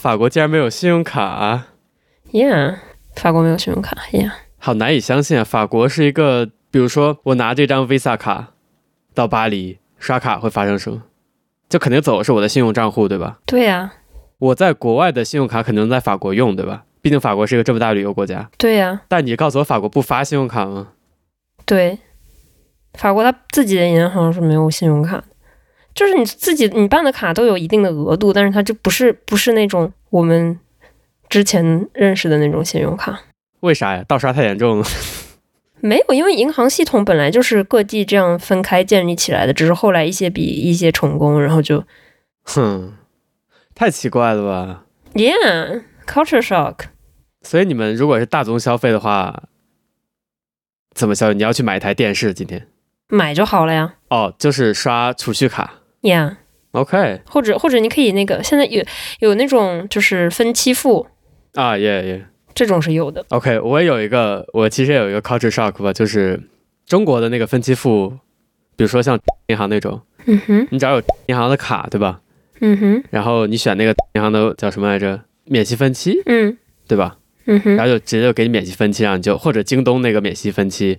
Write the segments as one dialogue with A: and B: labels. A: 法国竟然没有信用卡，
B: Yeah，法国没有信用卡。Yeah，
A: 好难以相信啊！法国是一个，比如说我拿这张 Visa 卡到巴黎刷卡会发生什么？就肯定走的是我的信用账户，对吧？
B: 对呀、
A: 我在国外的信用卡可能在法国用，对吧？毕竟法国是一个这么大旅游国家。
B: 对呀、
A: 但你告诉我，法国不发信用卡吗？
B: 对。法国他自己的银行是没有信用卡的，就是你自己你办的卡都有一定的额度，但是它就不是不是那种我们之前认识的那种信用卡。
A: 为啥呀？盗刷太严重了。
B: 没有，因为银行系统本来就是各地这样分开建立起来的，只是后来一些比一些成功，然后就
A: 哼，太奇怪了吧？
B: yeah culture shock。
A: 所以你们如果是大宗消费的话，怎么消费？你要去买一台电视今天？
B: 买就好了呀
A: 哦，就是刷储蓄卡。
B: ，Yeah，
A: OK，
B: 或者或者你可以那个，现在有有那种就是分期付，
A: 啊，耶耶。
B: 这种是有的。
A: OK，我也有一个，我其实也有一个 culture shock 吧，就是中国的那个分期付，比如说像银行那种，
B: 嗯哼，
A: 你只要有银行的卡，对吧？
B: 嗯哼，
A: 然后你选那个银行的叫什么来着？免息分期，
B: 嗯
A: 对吧？
B: 嗯
A: 然
B: 哼，
A: 后就直接就给你免息分期，然后你就或者京东那个免息分期，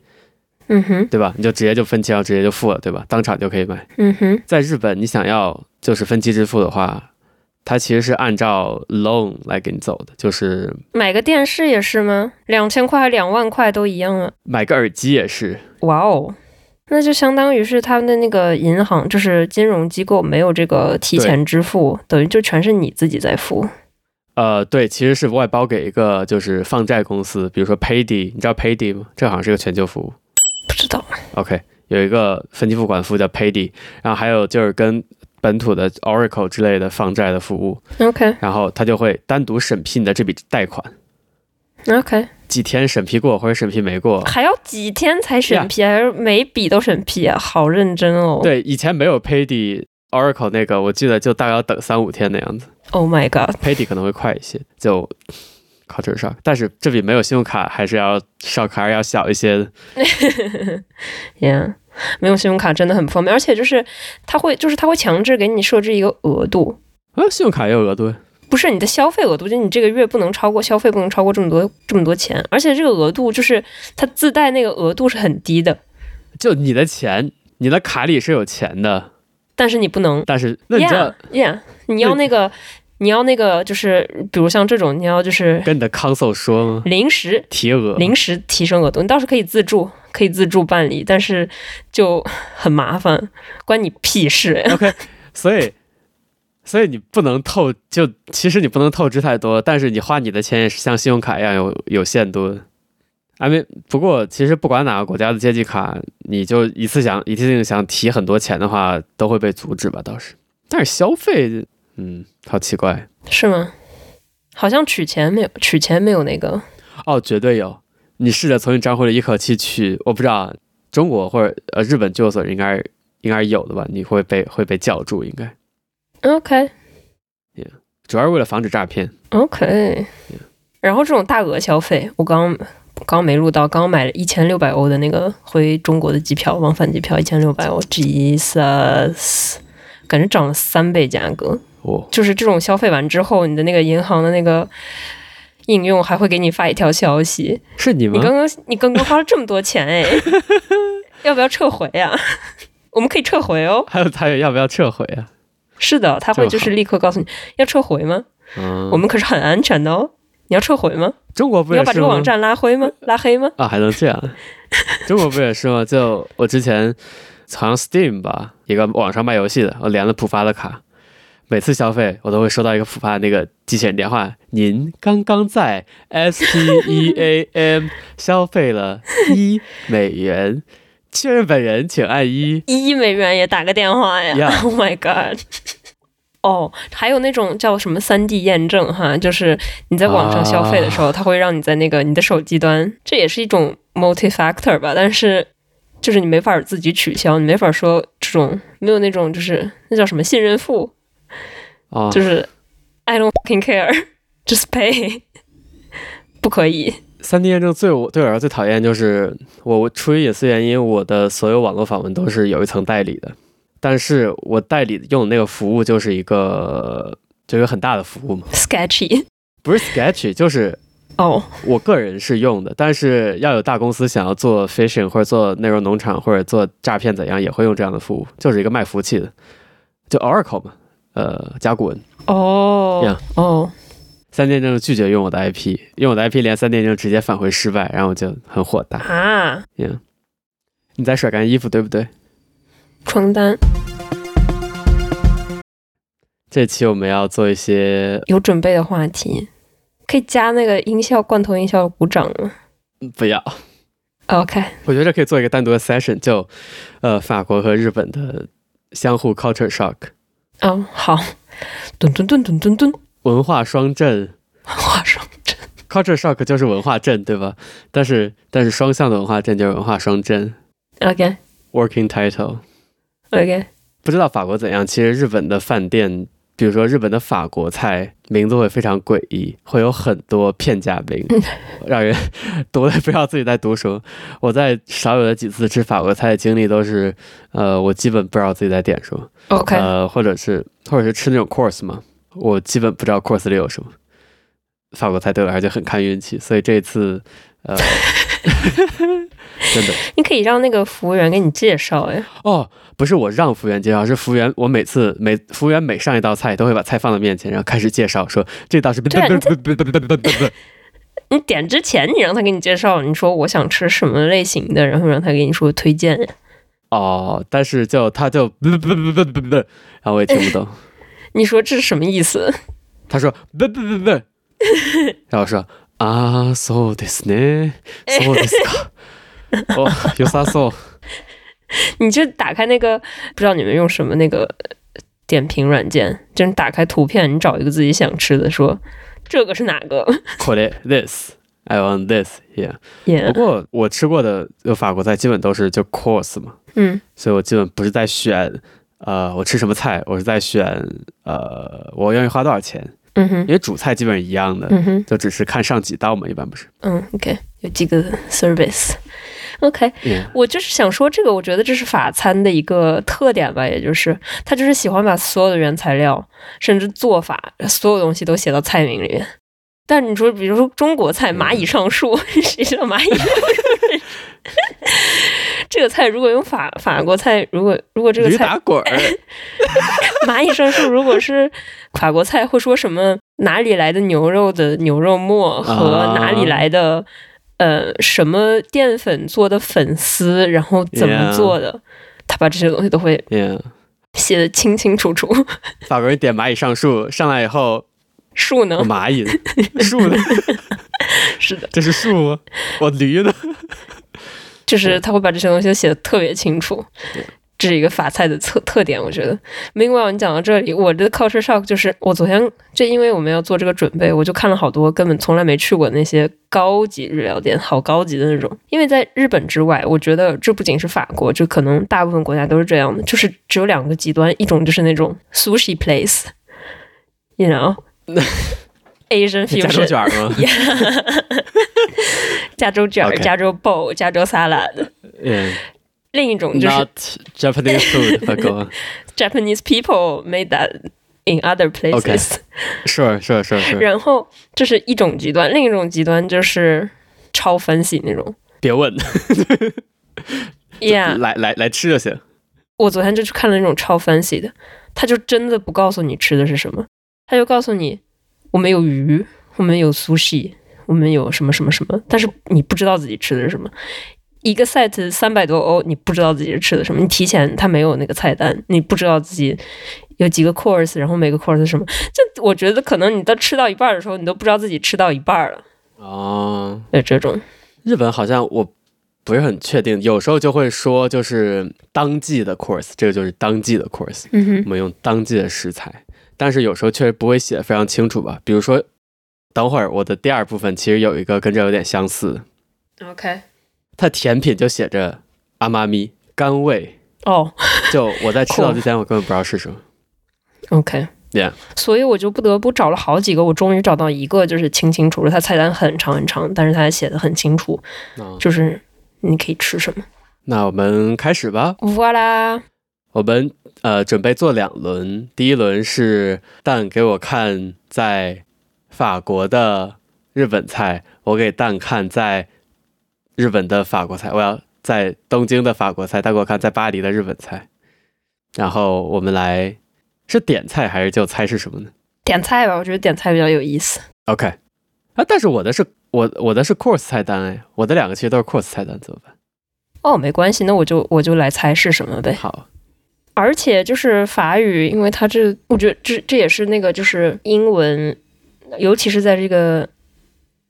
B: 嗯哼，
A: 对吧？你就直接就分期，然后直接就付了，对吧？当场就可以买。
B: 嗯哼，
A: 在日本，你想要就是分期支付的话，它其实是按照 loan 来给你走的，就是
B: 买个电视也是吗？两千块、两万块都一样啊！
A: 买个耳机也是，
B: 哇哦，那就相当于是他们的那个银行，就是金融机构没有这个提前支付，等于就全是你自己在付。
A: 呃，对，其实是外包给一个就是放债公司，比如说 Payday，你知道 Payday 吗？这好像是个全球服务。
B: 不知道，
A: OK，有一个分期付款服务叫 Payday，然后还有就是跟本土的 Oracle 之类的放债的服务，
B: OK
A: 然后他就会单独审批你的这笔贷款，
B: OK，
A: 几天审批过或者审批没过。
B: 还要几天才审批？还是每笔都审批啊？好认真哦！
A: 对，以前没有 Payday。Oracle 那个，我记得就大概要等三五天那样子
B: ，Oh my god，
A: ，Payday 可能会快一些，就 culture shock。但是这比没有信用卡还是要 shock 还是要小一些的。
B: yeah，没有信用卡真的很不方便，而且就是他会，就是他会强制给你设置一个额度，
A: 啊，信用卡也有额度，
B: 不是你的消费额度，就你这个月不能超过消费不能超过这么多这么多钱，而且这个额度就是它自带那个额度是很低的，
A: 就你的钱，你的卡里是有钱的，
B: 但是你不能
A: 但是那你就要
B: yeah,，yeah，你要那个你要那个就是比如像这种你要就是
A: 跟你的 console 说吗？
B: 临时
A: 提额，
B: 临时提升额度，你倒是可以自助可以自助办理，但是就很麻烦，关你屁事。
A: 所以，所以你不能透，就其实你不能透支太多，但是你花你的钱也是像信用卡一样有有限度的。I mean，不过其实不管哪个国家的借记卡，你就一次想一次性想提很多钱的话，都会被阻止吧，倒是。但是消费，嗯，好奇怪
B: 是吗？好像取钱没有，取钱没有那个，
A: 哦，绝对有。你试着从你账户里一口气取，我不知道中国或者呃日本据我所知应该应该是有的吧？你会被会被叫住，应该
B: OK
A: 主要是为了防止诈骗。
B: OK。然后这种大额消费，我刚刚没录到，刚买了一千六百欧的那个回中国的机票，往返机票一千六百欧，Jesus，感觉涨了三倍价格。
A: 哦，
B: 就是这种消费完之后，你的那个银行的那个应用还会给你发一条消息，
A: 是你
B: 你
A: 吗？
B: 刚刚你刚刚花了这么多钱哎，要不要撤回呀、 我们可以撤回哦。
A: 还有还有要不要撤回啊？
B: 是的，他会
A: 这
B: 就
A: 么好
B: 是立刻告诉你要撤回吗？
A: 嗯，
B: 我们可是很安全的哦。你要撤回吗？
A: 中国不
B: 你
A: 也是吗
B: 要把这个网站拉灰吗？拉黑吗？
A: 啊，还能这样？中国不也是吗？就我之前好像 Steam 吧，一个网上卖游戏的，我连了浦发的卡，每次消费我都会收到一个浦发那个机器人电话，您刚刚在 S T E A M 消费了一美元，确认本人请按 一。
B: 一亿美元也打个电话呀
A: Yeah
B: o h my god！哦，还有那种叫什么三 D 验证哈，就是你在网上消费的
A: 啊
B: 时候，它会让你在那个你的手机端，这也是一种 multi-factor 吧，但是就是你没法自己取消，你没法说这种没有那种就是那叫什么信任付，
A: 哦，
B: 就是 I don't fucking care，just pay，不可以。
A: 三 D 验证最我对我来说最讨厌就是我出于隐私原因，我的所有网络访问都是有一层代理的，但是我代理用的那个服务就是一个就有很大的服务嘛。
B: Sketchy
A: 不是 Sketchy，就是
B: 哦，
A: 我个人是用的，但是要有大公司想要做 phishing 或者做内容农场或者做诈骗怎样，也会用这样的服务，就是一个卖服务器的，就 Oracle 嘛，呃，甲骨文。
B: 哦
A: Yeah
B: 哦，
A: 三电证拒绝用我的 IP，用我的 IP 连三电证直接返回失败，然后我就很火大。
B: 啊，
A: 嗯，你在甩干衣服对不对？
B: 床单
A: 这期我们要做一些
B: 有准备的话题，可以加那个音效罐头音效的鼓掌吗哦
A: 嗯不要，
B: ？OK，
A: 我觉得这可以做一个单独的 session，就呃法国和日本的相互 culture shock，
B: 哦，好，蹲蹲蹲蹲蹲蹲，
A: 文化双震。
B: 话说
A: culture shock 就是文化震，对吧？但是但是双向的文化震就是文化双震。
B: OK
A: Working title，
B: OK，
A: 不知道法国怎样，其实日本的饭店，比如说日本的法国菜，名字会非常诡异，会有很多片假名，让人读的不知道自己在读什么。我在少有的几次吃法国菜的经历都是，呃，我基本不知道自己在点什么
B: OK，
A: 呃，或者是或者是吃那种 course 嘛，我基本不知道 course 里有什么。法国菜对我来说就很看运气，所以这一次，呃，真的
B: 你可以让那个服务员给你介绍哎。
A: 哦，不是我让服务员介绍，是服务员。我每次每服务员每上一道菜，都会把菜放到面前，然后开始介绍，说这道是
B: 对啊 你这
A: 不不不不不不不
B: 你点之前，你让他给你介绍，你说我想吃什么类型的，然后让他给你说推荐。
A: 哦，但是就他就不不不不不不不，然后我也听不 懂。
B: 你说这是什么意思？
A: 他说不不不不，然后我说啊，so this 呢，so this 哦，有啥 so？
B: 你就打开那个，不知道你们用什么那个呃点评软件，就是打开图片，你找一个自己想吃的，说这个是哪个？
A: これ this。I want this, yeah。
B: 耶、
A: 不过我吃过的呃法国菜基本都是就 course 嘛，
B: 嗯，
A: 所以我基本不是在选，呃，我吃什么菜，我是在选，呃，我愿意花多少钱，
B: 嗯哼，
A: 因为主菜基本是一样的，
B: 嗯哼，
A: 就只是看上几道嘛，一般不是。
B: 嗯，OK，有几个 service。OK，
A: Yeah.
B: 我就是想说这个，我觉得这是法餐的一个特点吧，也就是他就是喜欢把所有的原材料，甚至做法，所有东西都写到菜名里面。但你说，比如说中国菜蚂蚁上树， 谁知道蚂蚁上树？ 这个菜如果用法法国菜，如果如果这个
A: 驴
B: 菜
A: 打滚 儿，
B: 蚂蚁上树，如果是法国菜，会说什么哪里来的牛肉的牛肉末和
A: 啊
B: 哪里来的、呃什么淀粉做的粉丝，然后怎么
A: Yeah
B: 做的他把这些东西都会
A: yeah.
B: 写的清清楚楚。
A: 法国人点蚂蚁上树，上来以后
B: 树呢
A: 有？蚂 蚁树呢？
B: 是的，
A: 嗯这是树吗？我驴呢？
B: 就是他会把这些东西都写的特别清楚。这是一个法菜的特特点，我觉得。另外，我讲到这里，我的 culture shock 就是我昨天就因为我们要做这个准备，我就看了好多根本从来没去过那些高级日料店，好高级的那种。因为在日本之外，我觉得这不仅是法国，就可能大部分国家都是这样的，就是只有两个极端，一种就是那种 sushi place，you know 。Asian
A: 加州
B: fusion，
A: 卷儿 吗
B: 加州卷儿、
A: OK
B: 加州 bowl、加州 salad。
A: Yeah.
B: 另一种就是
A: ？Not Japanese food, but go on.
B: Japanese people made that in other places。
A: Sure, sure, sure, sure.
B: 然后这是一种极端，另一种极端就是超分析那种。
A: 别问，
B: Yeah，
A: 来来来吃就行。
B: 我昨天就去看了那种超分析的，他就真的不告诉你吃的是什么，他就告诉你我们有鱼，我们有 sushi，我们有什么什么什么，但是你不知道自己吃的是什么。一个 set 三百多欧，你不知道自己是吃的什么，你提前他没有那个菜单，你不知道自己有几个 course，然后每个 course 是什么。这我觉得可能你到吃到一半的时候，你都不知道自己吃到一半了。
A: 哦、
B: 对这种，
A: 日本好像我不是很确定，有时候就会说就是当季的 course，这个就是当季的 course，
B: 嗯哼
A: 我，们用当季的食材，但是有时候确实不会写的非常清楚吧。比如说，等会儿我的第二部分其实有一个跟这有点相似，
B: OK，
A: 它甜品就写着阿妈咪甘味，
B: 哦、
A: 就我在吃到之前我根本不知道是什么。
B: o k
A: Yeah
B: 所以我就不得不找了好几个，我终于找到一个，就是清清楚楚，它菜单很长很长，但是它写的很清楚，
A: 哦
B: 就是你可以吃什么。
A: 那我们开始吧，
B: 哇啦，
A: 我们呃准备做两轮，第一轮是蛋给我看在法国的日本菜，我给蛋看在日本的法国菜，我要在东京的法国菜，蛋给我看在巴黎的日本菜，然后我们来是点菜还是就猜是什么呢
B: 点菜吧，我觉得点菜比较有意思。
A: ？OK，啊，但是我的是我我的是 course 菜单哎，我的两个其实都是 course 菜单，怎么办？
B: 哦，没关系，那我就我就来猜是什么呗。
A: 好，
B: 而且就是法语，因为它这，我觉得这这也是那个就是英文，尤其是在这个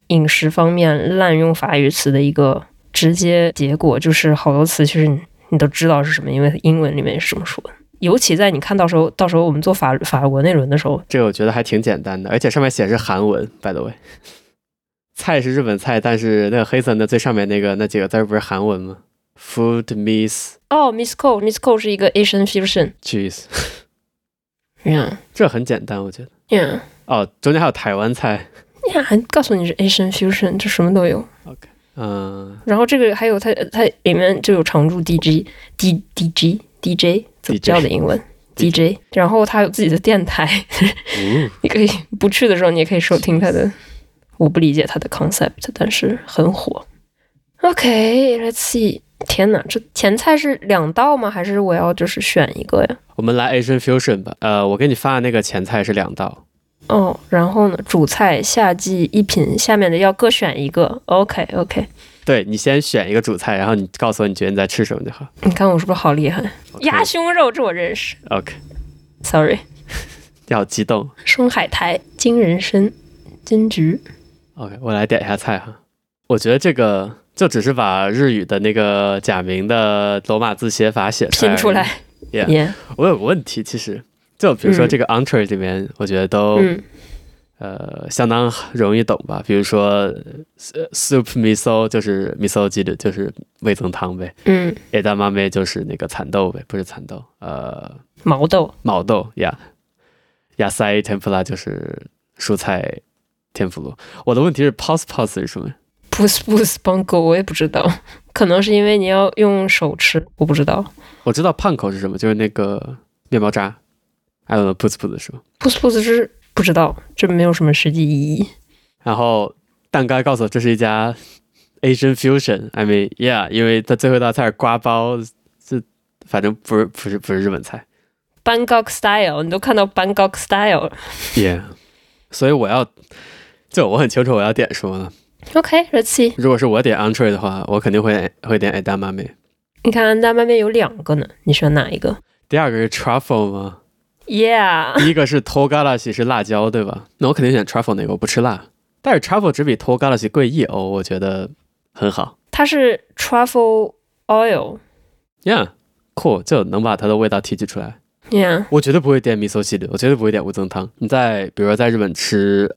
B: 饮食方面滥用法语词的一个直接结果，就是好多词其实你你都知道是什么，因为英文里面是这么说的。尤其在你看到时候，到时候我们做法法国那轮的时候，
A: 这个我觉得还挺简单的，而且上面显示韩文，by the way。菜是日本菜，但是那个黑森的最上面那个那几个字儿不是韩文吗？Food meets
B: 哦，Miss Cole，Miss Cole 是一个 Asian fusion，yeah
A: cheese，这很简单，我觉得。
B: yeah
A: 哦，中间还有台湾菜，
B: yeah，还告诉你是 Asian fusion，这什么都有。
A: 嗯、
B: 然后这个还有它它里面就有常驻 DG D DG DJ 怎么
A: DJ
B: 叫的英文 DJ，然后它有自己的电台，
A: 哦
B: 你可以不去的时候你也可以收听它的。我不理解它的 concept，但是很火。OK，let's、see。天哪，这前菜是两道吗？还是我要就是选一个呀？
A: 我们来 Asian fusion 吧。呃，我给你发的那个前菜是两道，
B: 哦，然后呢，主菜、夏季一品，下面的要各选一个。OK OK，
A: 对你先选一个主菜，然后你告诉我你觉得你在吃什么就好。
B: 你看我是不是好厉害？
A: OK
B: 鸭胸肉这我认识
A: OK，
B: ，sorry。
A: 要激动。
B: 深海苔、金人参、金桔。
A: OK，我来点一下菜哈。我觉得这个就只是把日语的那个假名的罗马字写法写出来，
B: 拼出。来
A: Yeah
B: 耶，
A: 我有个问题，其实就比如说
B: 嗯
A: 这个 entree 里面，我觉得都、
B: 嗯
A: 呃相当容易懂吧。比如说呃 soup miso 就是 miso 鸡的，就是味增汤呗。
B: 嗯，
A: e d a m a m e 就是那个蚕豆呗，不是蚕豆，呃，
B: 毛豆
A: 毛豆呀。亚塞 tempura 就是蔬菜天妇罗。我的问题是 pos pos 是什么？
B: ，pus pus bongo，我也不知道，可能是因为你要用手吃，我不知道。
A: 我知道胖口是什么，就是那个面包渣。I don't know，噗呲噗呲是吗？
B: pus pus 是不知道，这没有什么实际意义。
A: 然后蛋糕告诉我这是一家 Asian fusion，I mean yeah，因为它最后一道菜是瓜包，这反正不是不是不是日本菜
B: Bangkok style，你都看到 Bangkok style。
A: ，yeah，所以我要就我很清楚我要点什么了。
B: OK，let's、see。
A: 如果是我点 entree 的话，我肯定会会点 e d a m a m e
B: 你看安大外面有两个呢，你选哪一个
A: 第二个是 truffle 吗？
B: ？Yeah，
A: 第一个是 togarashi 是辣椒对吧？那我肯定选 truffle 那个，我不吃辣。但是 truffle 只比 togarashi 贵一欧，我觉得很好。
B: 它是 truffle oil。
A: Yeah，cool，就能把它的味道提取出来。
B: Yeah，
A: 我绝对不会点米索系的，我绝对不会点味增汤。你在比如说在日本吃，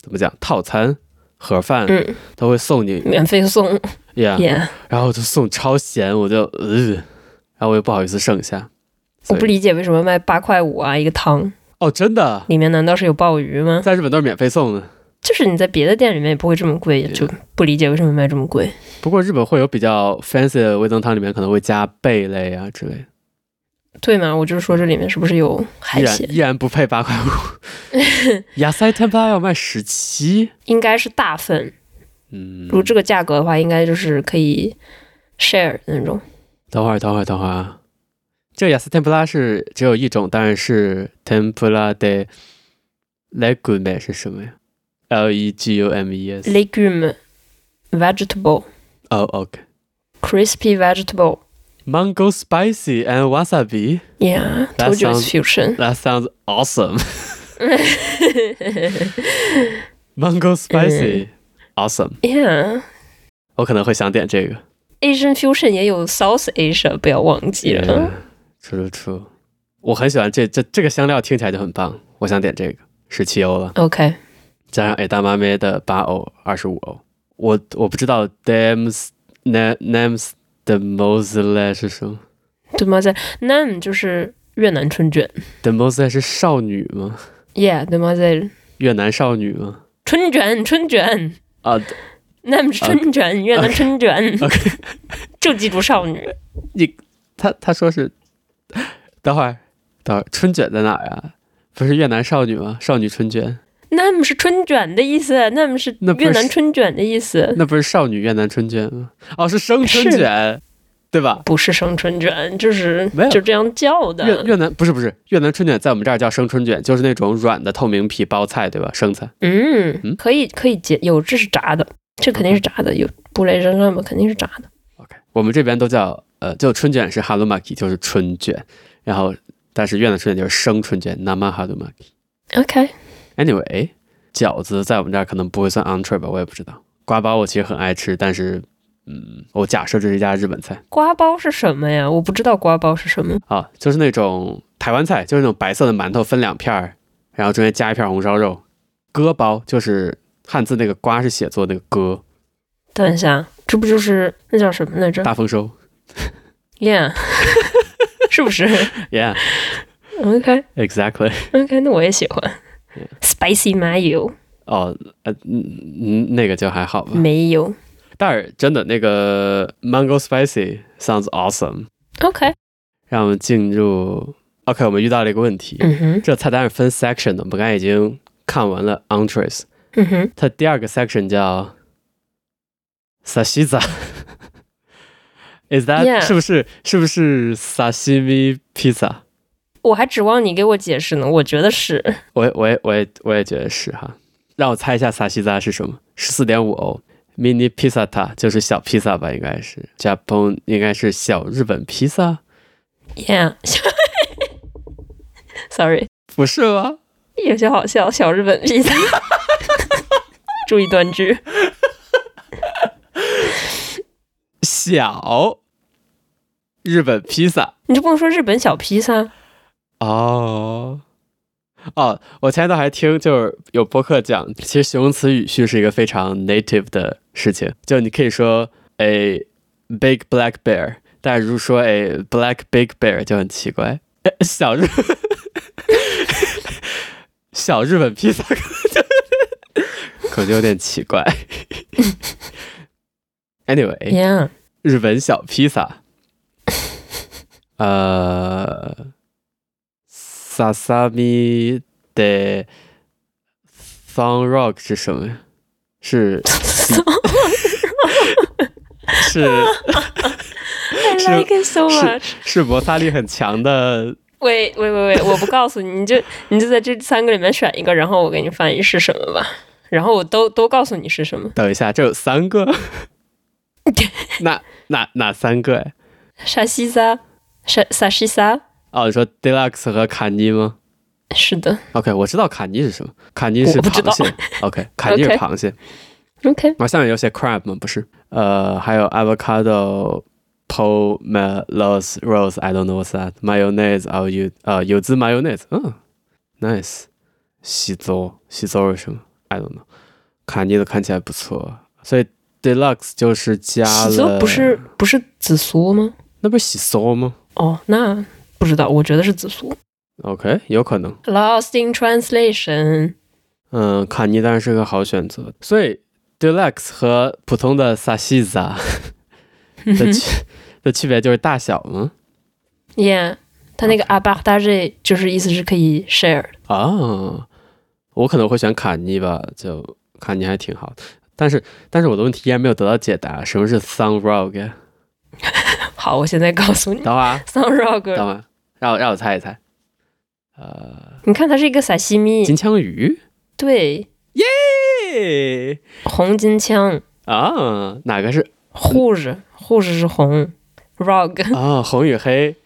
A: 怎么讲套餐盒饭，
B: 嗯，
A: 他会送你
B: 免费送。
A: ，yeah，,
B: Yeah。
A: 然后就送超咸，我就呃，然后我又不好意思剩下。
B: 我
A: 所以
B: 不理解为什么卖八块五啊一个汤，
A: 哦，真的，
B: 里面难道是有鲍鱼吗？
A: 在日本都是免费送的。
B: 就是你在别的店里面也不会这么贵，
A: 对
B: 就不理解为什么卖这么贵。
A: 不过日本会有比较 fancy 的味增汤，里面可能会加贝类啊之类的，
B: 对吗？我就是说这里面是不是有
A: 依
B: 海鲜
A: 然？依然不配八块五。 亚塞天巴要卖十七，
B: 应该是大份，
A: 嗯，
B: 如果这个价格的话，应该就是可以 share 的那种。
A: 等会儿，等会儿，等会儿啊！这个雅思天ぷら是只有一种，当然是天ぷら的 legume 是什么呀？L E G U M E S。
B: legume vegetable
A: 哦，OK。
B: crispy vegetable
A: Mango spicy and wasabi.
B: yeah
A: That
B: told you it's
A: sounds-
B: fusion
A: That sounds awesome. Mango spicy, awesome.
B: yeah
A: 我可能会想点这个。
B: Asian fusion 也有 South Asia，不要忘记了。
A: true true。我很喜欢这这这个香料，听起来就很棒。我想点这个，十七欧了。
B: OK
A: 加上 A 大妈咪的八欧，二十五欧。我我不知道 Dams Na- Nams 的 Moselle 是什么
B: 对吗？在 Nam 就是越南春卷。
A: ？The Moselle 是少女吗？
B: Yeah，对吗？在
A: 越南少女吗？
B: 春卷，春卷，
A: 啊
B: 那么是春卷，越南春卷，
A: ，OK，
B: 就记住少女。
A: 他他说是，等会儿到春卷在哪儿啊？不是越南少女吗？少女春卷，
B: 那么是春卷的意思，那么是
A: 那不是
B: 越南春卷的意思，
A: 那不是少女越南春卷吗？哦，是生春
B: 是
A: 卷，对吧？
B: 不是生春卷，就是
A: 没有
B: 就这样叫
A: 越
B: 的。
A: 越南不是不是越南春卷，在我们这儿叫生春卷，就是那种软的透明皮包菜，对吧？生菜。嗯
B: 嗯，可以可以煎，有这是炸的，这肯定是炸的，有布雷蒸上嘛，肯定是炸的。
A: OK，我们这边都叫呃，就春卷是 halumaki，就是春卷，然后但是越南春卷就是生春卷 nama halumaki。
B: OK，
A: Anyway，饺子在我们这儿可能不会算 entree 吧，我也不知道。瓜包我其实很爱吃，但是嗯，我假设这是一家日本菜
B: 瓜包是什么呀？我不知道瓜包是什么。
A: 啊，就是那种台湾菜，就是那种白色的馒头分两片儿，然后中间加一片红烧肉。割包就是汉字那个瓜是写作那个割，
B: 等一下，这不就是那叫什么来着
A: 大丰收
B: ？Yeah，是不是
A: ，Yeah。
B: ？OK
A: Exactly.
B: OK，那我也喜欢
A: Yeah
B: spicy mayo
A: 哦，呃，嗯嗯，那个就还好吧。
B: 没有
A: 但是真的那个 Mango Spicy sounds awesome。
B: OK，
A: 让我们进入 OK，我们遇到了一个问题。
B: 嗯哼，
A: 这菜单是分 section 的，我们刚才已经看完了 entrees，
B: 嗯哼，
A: 它第二个 section 叫 sashiza。Is that
B: Yeah
A: 是不是是不是 sashimi pizza？
B: 我还指望你给我解释呢，我觉得是。
A: 我也我也我也我也觉得是哈。让我猜一下，萨西扎是什么？十四点五欧，mini pizza 塔就是小披萨吧，应该是 Japan 应该是小日本披萨，
B: Yeah，sorry，
A: 不是吗？
B: 有些好笑，小日本披萨， 注意断句。
A: 小日本披萨
B: 你就不能说日本小披萨？
A: 哦哦，我前一段还听就是有播客讲，其实形容词语序是一个非常 native 的事情，就你可以说 a big black bear，但如果说 a black big bear 就很奇怪，呃小日 小日本披萨可能就 可能就有点奇怪。Anyway，
B: Yeah，
A: 日本小披萨， 呃，萨萨米的 Thong Rock 是什么呀？是是
B: I like it so
A: 是
B: much。
A: 是摩擦力很强的，
B: 喂喂喂喂，我不告诉你，你就你就在这三个里面选一个，然后我给你翻译是什么吧。然后我都都告诉你是什么。
A: 等一下，这有三 个，哪哪哪三个呀？
B: 沙西萨，沙沙西萨，
A: 哦，你说 Deluxe 和卡尼吗？
B: 是的。
A: OK，我知道卡尼是什么，卡尼是
B: 我不知道
A: 螃蟹。OK，卡尼是
B: OK
A: 螃蟹。
B: OK，
A: 然后啊下面有写 crab 吗？不是，呃，还有 avocado pomelos rose I don't know what's that mayonnaise or you 呃有汁 mayonnaise 嗯，nice 西州西州是什么？I don't know。卡尼的看起来不错，所以 deluxe 就是加
B: 喜
A: 了
B: 苏不是不是紫苏吗？
A: 那不是西州吗
B: 哦，那不知道，我觉得是紫苏。
A: ？OK，有可能。
B: Lost in translation。
A: 嗯，卡尼当然是个好选择。所以 deluxe 和普通的 sashiza 的区 的区别就是大小吗？
B: Yeah，它那个 a b a r d a g e 就是意思是可以 share 的。
A: 啊，我可能会选卡尼吧，就卡尼还挺好的。但是，但是我的问题依然没有得到解答。什么是 Sun Rogue？呀
B: 好，我现在告诉你
A: 等会儿 啊，
B: ，Sun
A: 等
B: Rock，
A: 会儿，让我让我猜一猜。呃，
B: 你看它是一个撒西米，
A: 金枪鱼，
B: 对，
A: 嘿
B: 红金枪
A: 啊，哪个是
B: 护士，护士是红，Rog，
A: 啊？红与黑，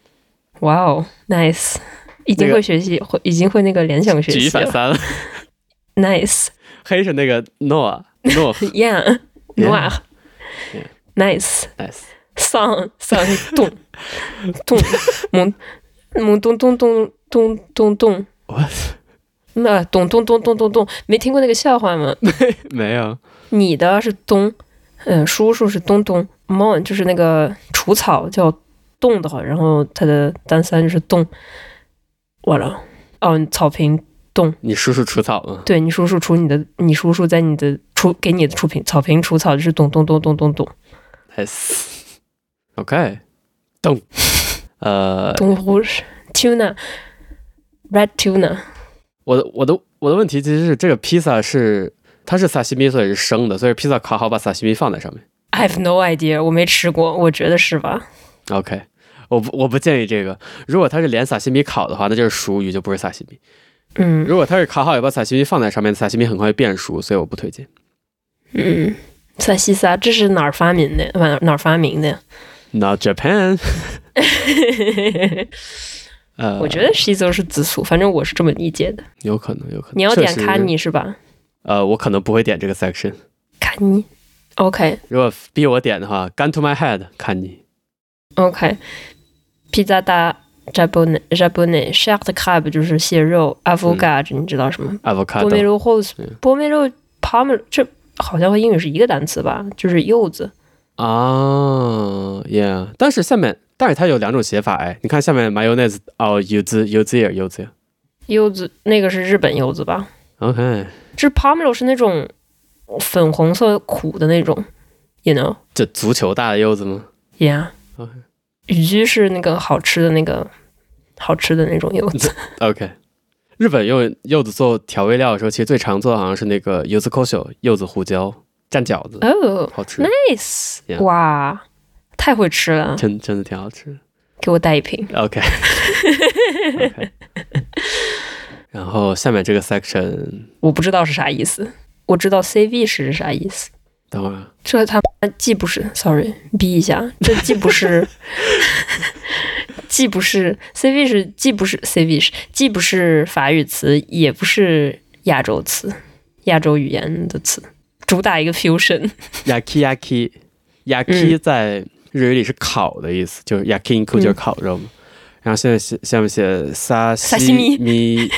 B: 哇哦，nice，已经
A: 那个
B: 会学习，会已经会那个联想学
A: 举一
B: 习
A: 反
B: 了
A: 三了。
B: ，nice，yeah，
A: 黑是那个诺诺 Yeah Yeah
B: ，noir，nice，sun
A: ，nice。
B: sun 动动，猛猛咚咚咚咚咚咚，
A: 我
B: 那咚咚咚咚咚咚，没听过那个笑话吗？
A: 没有
B: 你的是冬，嗯，叔叔是东东，mon 就是那个除草叫冻的，然后它的单三就是冻。完了，哦，草坪冻。
A: 你叔叔除草吗？
B: 对你叔叔除你的，你叔叔在你的除给你的除坪草坪除草就是咚咚咚咚咚咚
A: Nice。OK，动。呃，
B: 东湖是 tuna red tuna。
A: 我的我的我的问题其实是这个披萨是它是萨西米，所以是生的，所以披萨烤好把萨西米放在上面。
B: I have no idea，我没吃过，我觉得是吧？
A: OK，我不我不建议这个。如果它是连萨西米烤的话，那就是熟鱼，就不是萨西米。
B: 嗯
A: 如果它是烤好以后把萨西米放在上面，萨西米很快就变熟，所以我不推荐。
B: 嗯，萨西萨这是哪儿发明的？哪哪儿发明的？
A: Not Japan，呃，
B: 我觉得西周是自诉，反正我是这么理解的。
A: 有可能，有可能。
B: 你要点
A: 确实
B: 卡，尼是吧？
A: 呃，我可能不会点这个 section。
B: 卡尼，OK
A: 如果逼我点的话，Gun to my head，看你。
B: OK，披萨大 jabone jabone shark crab 就是蟹肉，avocado、你知道什么
A: Avocado，
B: ？pomelo rose
A: 啊嗯
B: pomelo palm 这好像和英语是一个单词吧？就是柚子。
A: 啊，Yeah，但是下面，但是它有两种写法哎，你看下面 mayonnaise，哦，柚子，柚子叶，柚子叶
B: 柚子那个是日本柚子吧？
A: ，OK，
B: 这 pomelo 是那种粉红色苦的那种，you know
A: 这足球大的柚子吗？
B: yeah。
A: OK
B: 雨居是那个好吃的那个好吃的那种柚子，
A: OK，日本用柚子做调味料的时候，其实最常做的好像是那个柚子 k o s h o 柚子胡椒蘸饺 子，
B: 哦
A: 好吃，
B: ，nice，
A: Yeah
B: 哇，太会吃了，
A: 真真的挺好吃。
B: 给我带一瓶。
A: OK，, OK 然后下面这个 section，
B: 我不知道是啥意思，我知道 CV 是啥意思。
A: 等会儿啊
B: 这他妈既不是，sorry，逼一下，这既不是， 既不是 CV 是既不是 CV 是既不是法语词，也不是亚洲词，亚洲语言的词，主打一个 fusion。
A: yaki yaki yaki 在日语里是烤的意思，就是 yakinku 就是烤肉嘛。然后现在写下面写沙西
B: 西
A: 米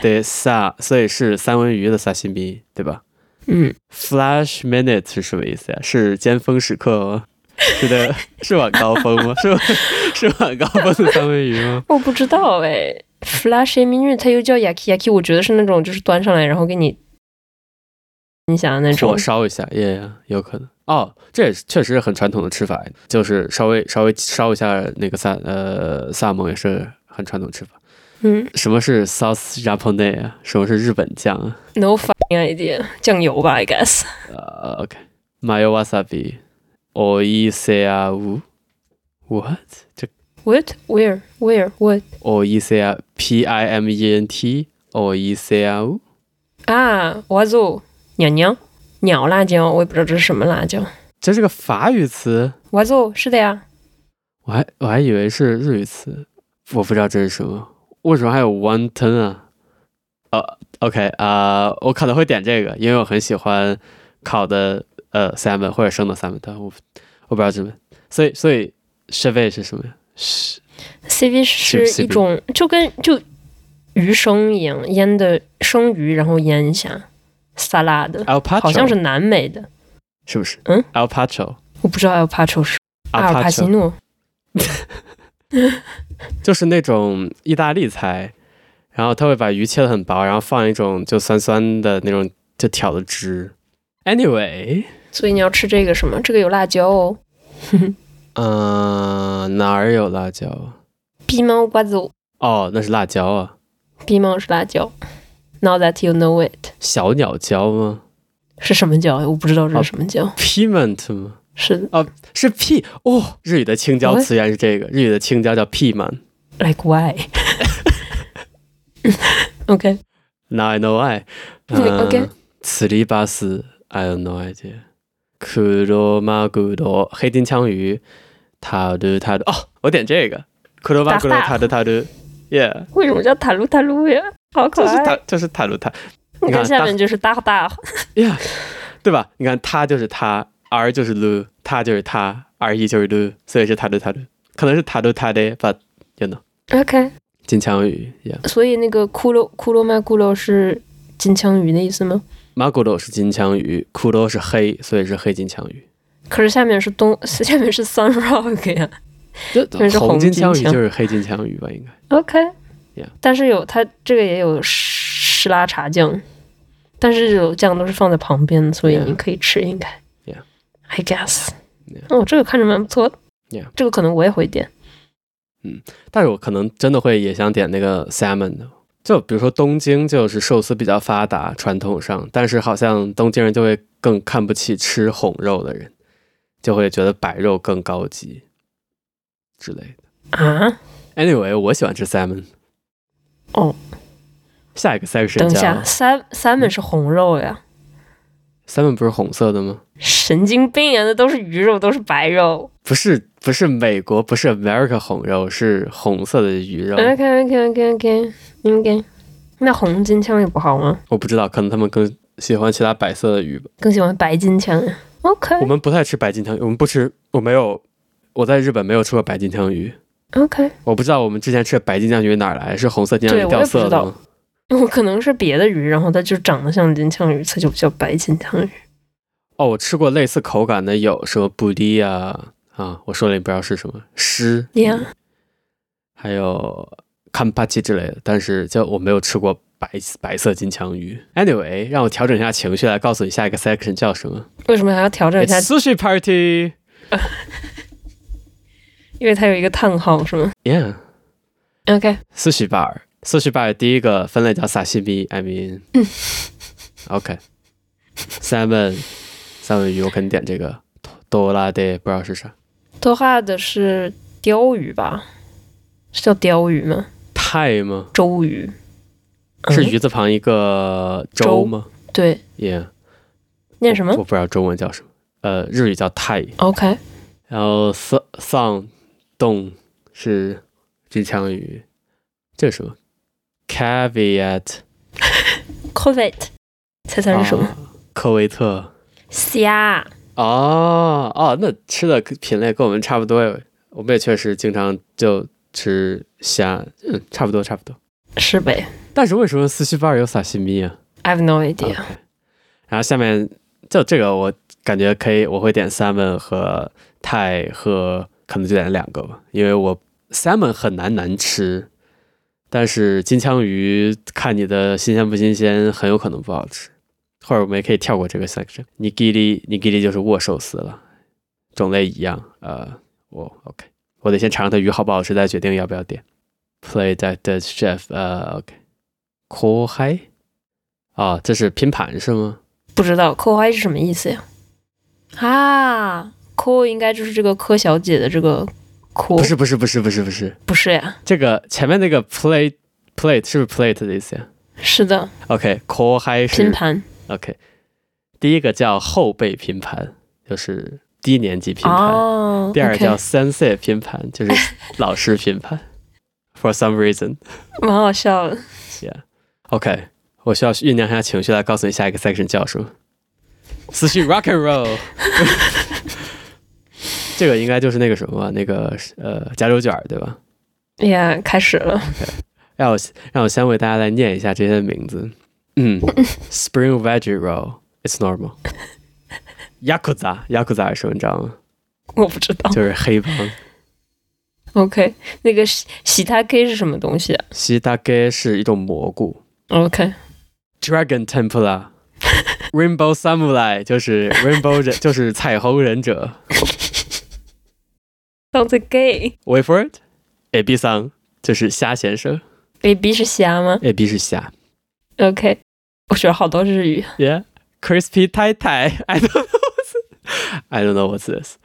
A: 的萨，所以是三文鱼的沙西米，对吧？
B: 嗯，
A: Flash minute 是什么意思呀、是尖峰时刻吗？是的， 是晚高峰吗？是 是晚高峰的三文鱼 吗？
B: 我不知道哎，flash a minute 它又叫 yaki yaki，我觉得是那种就是端上来然后给你，你想的那种
A: 火烧一下，耶、有可能。哦，这也是确实是很传统的吃法，就是稍微稍微烧一下那个萨呃萨蒙也是很传统吃法。
B: 嗯
A: 什么是 sauce japonais 啊？什么是日本酱啊？
B: ，no fucking idea，酱油吧，I guess。
A: 呃，OK，mayo wasabi o i s e a u what 这
B: What? Where? Where? What?
A: o i s e a p i m e n t o i s e a u
B: 啊，我祖娘娘鸟辣椒，我也不知道这是什么辣椒。
A: 这是个法语词，
B: 我祖是的呀，
A: 我还我还以为是日语词，我不知道这是什么。为什么还有 one ten 啊？呃，OK 啊、我可能会点这个，因为我很喜欢烤的呃 salmon 或者生的 salmon，但我不我不知道什么。所以所以 chevet 是什么呀？是
B: CV 是
A: 是
B: 一种就跟就鱼生一样，腌的生鱼，然后腌一下沙拉的，
A: alpacho，
B: 好像是南美的，
A: 是不是？
B: 嗯
A: ，alpacho
B: 我不知道 El Pacho 是阿尔帕西
A: alpacho
B: 诺。
A: 就是那种意大利菜，然后他会把鱼切得很薄，然后放一种就酸酸的那种就挑的汁。Anyway。
B: 所以你要吃这个什么？这个有辣椒哦。
A: 嗯、哪儿有辣椒？
B: 逼猫瓜子，
A: 哦，那是辣椒啊，
B: 逼猫是辣椒。Now that you know it，
A: 小鸟椒吗
B: 是什么椒？我不知道这是什么椒。
A: ？Piment 吗？
B: 是
A: 是 p 哦，日语的青椒
B: 喂
A: 词源是这个，日语的青椒叫 p 嘛。
B: like why？OK，
A: Now I know why、呃
B: 嗯，OK
A: 此里巴斯，I have no idea。库罗马古罗，黑金枪鱼，塔鲁塔鲁。哦，我点这个，库罗马古罗
B: 打
A: 塔鲁塔鲁，Yeah，
B: 为什么叫塔鲁塔鲁呀？好可
A: 就是塔
B: 爱！
A: 就是塔鲁塔
B: 你
A: 你看
B: 看下
A: 大
B: 面就是大大，
A: 呀，对吧？你看他就是他，R 就是 Lu，他就是他，R 一就是 Lu，所以是他的他的，可能是他的他的，but you know，
B: OK，
A: 金枪鱼，yeah，
B: 所以那个骷髅骷髅麦骷髅是金枪鱼的意思吗？
A: 马古罗是金枪鱼，骷髅是黑，所以是黑金枪鱼。
B: 可是下面是东，下面是 Sun Rock 呀。
A: 这
B: 这是
A: 红
B: 红
A: 金
B: 金
A: 枪
B: 枪
A: 鱼就是黑金枪鱼吧？应该
B: OK，、
A: Yeah
B: 但是有它这个也有湿拉茶酱，但是这种酱都是放在旁边，所以
A: Yeah
B: 你可以吃，应该。
A: Yeah
B: I guess。
A: Yeah
B: 哦，这个看着蛮不错的。
A: Yeah
B: 这个可能我也会点。
A: 但是我可能真的会也想点那个 salmon 的，就比如说东京，就是寿司比较发达，传统上，但是好像东京人就会更看不起吃红肉的人，就会觉得白肉更高级之类的
B: 啊。
A: Anyway，我喜欢吃 salmon。
B: 哦，
A: 下一个 section
B: 等一下
A: 叫
B: ，sam salmon 是红肉呀，
A: salmon 不是红色的吗？
B: 神经病啊！那都是鱼肉，都是白肉。
A: 不是不是美国，不是 America 红肉，是红色的鱼肉。
B: OK OK OK OK OK，那红金枪也不好吗？
A: 我不知道，可能他们更喜欢其他白色的鱼吧。
B: 更喜欢白金枪。OK 啊
A: 我们不太吃白金汤，我们不吃，我没有，我在日本没有吃过白金汤鱼，
B: OK，
A: 我不知道我们之前吃的白金汤鱼哪儿来，是红色金枪鱼
B: 对我也
A: 掉
B: 不
A: 色
B: 知
A: 的
B: 道
A: 吗？
B: 我可能是别的鱼，然后它就长得像金枪鱼，它就叫白金枪鱼。
A: 哦，我吃过类似口感的有什么布利啊啊，我说了也不知道是什么狮，
B: Yeah，
A: 还有看帕奇之类的，但是就我没有吃过白白色金枪鱼。Anyway，让我调整一下情绪，来告诉你下一个 section 叫什么。
B: 为什么还要调整一
A: It's
B: 下？
A: sushi party。
B: 因为它有一个叹号，是吗
A: Yeah，
B: ？OK，
A: 寿司 bar。寿司 bar 第一个分类叫 sashimi，I mean，OK。salmon salmon 鱼，我肯定点这个。多拉的不知道是啥，
B: 多哈的是鲷鱼吧？是叫鲷鱼吗？
A: 泰吗？
B: 周鱼
A: 是
B: 嗯
A: 鱼字旁一个周
B: 周
A: 吗
B: 对，
A: ？Yeah，
B: 念什
A: 我
B: 么
A: 我不知道中文叫什么，呃，日语叫泰。
B: ？OK，
A: 然后丧丧洞是金枪鱼，这是什么？caveat
B: 科威特，猜猜是什么？
A: 啊科威特。
B: 虾。
A: 哦哦，那吃的品类跟我们差不多，我们也确实经常就吃虾，嗯，差不多差不多。
B: 是呗
A: 但是为什么四喜饭有撒西米啊
B: ？I have no
A: o k
B: idea。
A: 然后下面就这个，我感觉可以，我会点 salmon 和泰和可能就点两个吧，因为我 salmon 很难难吃，但是金枪鱼看你的新鲜不新鲜，很有可能不好吃。或者我们也可以跳过这个 section。尼基利，尼基利就是握寿司了，种类一样。呃，我 OK，我得先尝尝它鱼好不好吃，再决定要不要点。Play that the chef，呃，OK，口嗨，啊，这是拼盘是吗？
B: 不知道科怀是什么意思呀？啊，科应该就是这个柯小姐的这个科，
A: 不是不是不是不是不是，
B: 不是呀？
A: 这个前面那个 plate plate 是不是 plate 的意思呀
B: 是的，
A: ？OK，口嗨
B: 拼
A: 是
B: 盘
A: OK，第一个叫后辈拼盘，就是低年级拼盘。
B: 哦。
A: 第二
B: OK
A: 叫 sensei 拼盘，就是老师拼盘。For some reason,
B: 蛮好笑的。
A: yeah. OK，我需要酝酿一下情绪来告诉你下一个 section 叫什么。思绪 rock and roll，这个应该就是那个什么，那个呃夹州卷儿对吧？
B: 哎呀，开始了。
A: 让我让我先为大家来念一下这些名字。嗯，Spring Veggie Roll，It's normal。Yakuza，Yakuza 是什么你知道吗？
B: 我不知道。
A: 就是黑帮。
B: OK，那个喜喜他 K 是什么东西啊
A: 西大概是一种蘑菇。
B: ？OK，
A: Dragon Templar 。Rainbow Samurai 就是 Rainbow 忍， 就是彩虹忍者。
B: 当最 gay。
A: Wait for it。A B 桑就是虾先生
B: baby 是虾吗
A: ，A B 是虾。
B: ？OK，我学了好多日语。
A: Yeah。Crispy 太太，I don't know what's I don't know what's this。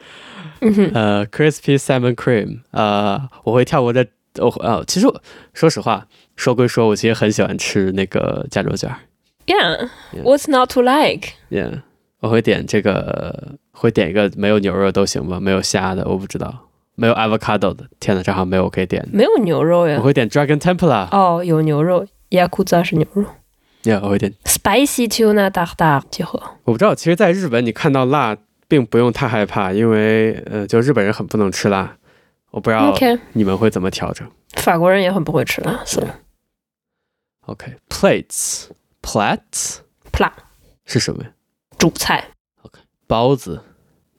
B: 嗯哼，
A: 呃，Crispy Salmon Cream。呃，我会跳过这。我哦，其实我说实话，说归说，我其实很喜欢吃那个加州卷儿。
B: Yeah.
A: Yeah.
B: What's not to like?
A: Yeah，我会点这个，会点一个没有牛肉都行吧，没有虾的，我不知道，没有 avocado 的。天哪，正好没有我可以点的。
B: 没有牛肉呀
A: 我。会点 Dragon Templar，
B: 嗯哦，有牛肉。Yakuza 是牛肉。
A: yeah，我会点。
B: Spicy tuna 大大结合。
A: 我不知道，其实，在日本你看到辣，并不用太害怕，因为呃，就日本人很不能吃辣。我不知道
B: OK，
A: 你们会怎么调整。
B: 法国人也很不会吃辣，是
A: OK，plates、plats
B: plat
A: 是什么呀？
B: 主菜。
A: 包子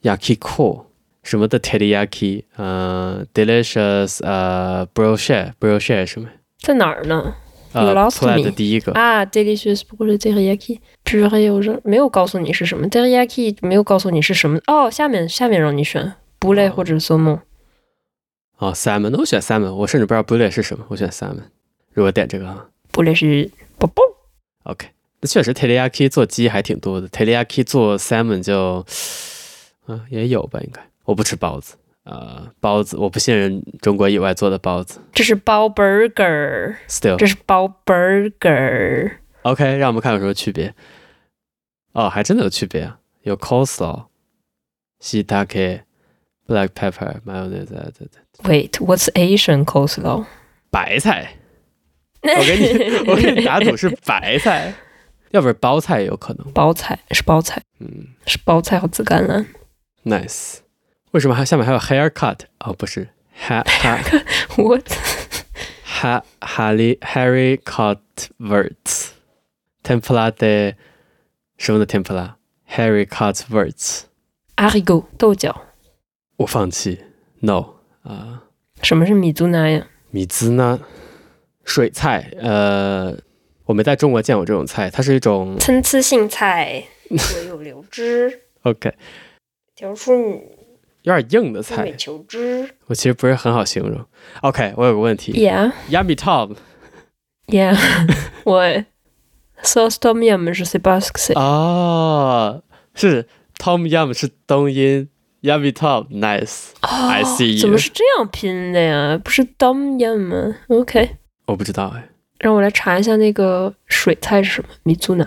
A: ，yakiko 什么的 teriyaki，呃，delicious，呃，brochet，brochet 什么呀？
B: 在哪儿呢？
A: 呃
B: You lost
A: ，plat
B: me
A: 的第一个
B: 啊，delicious 不过是 teriyaki puree，我说没有告诉你是什么 teriyaki，没有告诉你是什么。哦，下面下面让你选 b o u 或者 salmon。
A: 哦，salmon，那我选 salmon，我甚至不知道 b u l e 是什么，我选 salmon。如果点这个啊，
B: 不论是啵啵。
A: OK，那确实 teriyaki 做鸡还挺多的，teriyaki 做 salmon 就，嗯、也有吧，应该。我不吃包子，呃，包子我不信任中国以外做的包子。
B: 这是包 burger，
A: Still
B: 这是包 burger。
A: OK，让我们看有什么区别。哦，还真的有区别啊，有 coleslaw、shiitake、black pepper、mayonnaise，对对对
B: Wait，what's Asian coleslaw？
A: 白菜。我给你，我给你打赌是白菜，要不是包菜有可能。
B: 包菜是包菜
A: 嗯
B: 是包菜和紫甘蓝。
A: ，nice。为什么还下面还有 haircut？哦，不是哈哈
B: 我
A: 哈哈利 Harry Cutvert templa de 什么的 templa Harry Cutvert，
B: 阿里狗豆角，
A: 我放弃，no 啊、
B: 什么是米珠奶呀？
A: 米兹呢？水菜，呃，我没在中国见过这种菜，它是一种
B: 参差荇菜，左 右流之，
A: OK
B: 调出女
A: 有点硬的菜，
B: 求之。
A: 我其实不是很好形容。OK，我有个问题
B: Yeah,
A: ，Yummy Tom
B: yeah 。啊 我 sauce tom yum 是 s e b a s q u e
A: 哦，是 Tom Yum 是冬阴，Yummy Tom，nice，I see you
B: 哦怎么是这样拼的呀？不是 tom yum 吗？OK，
A: 我不知道哎
B: 让我来查一下那个水菜是什么。米珠奶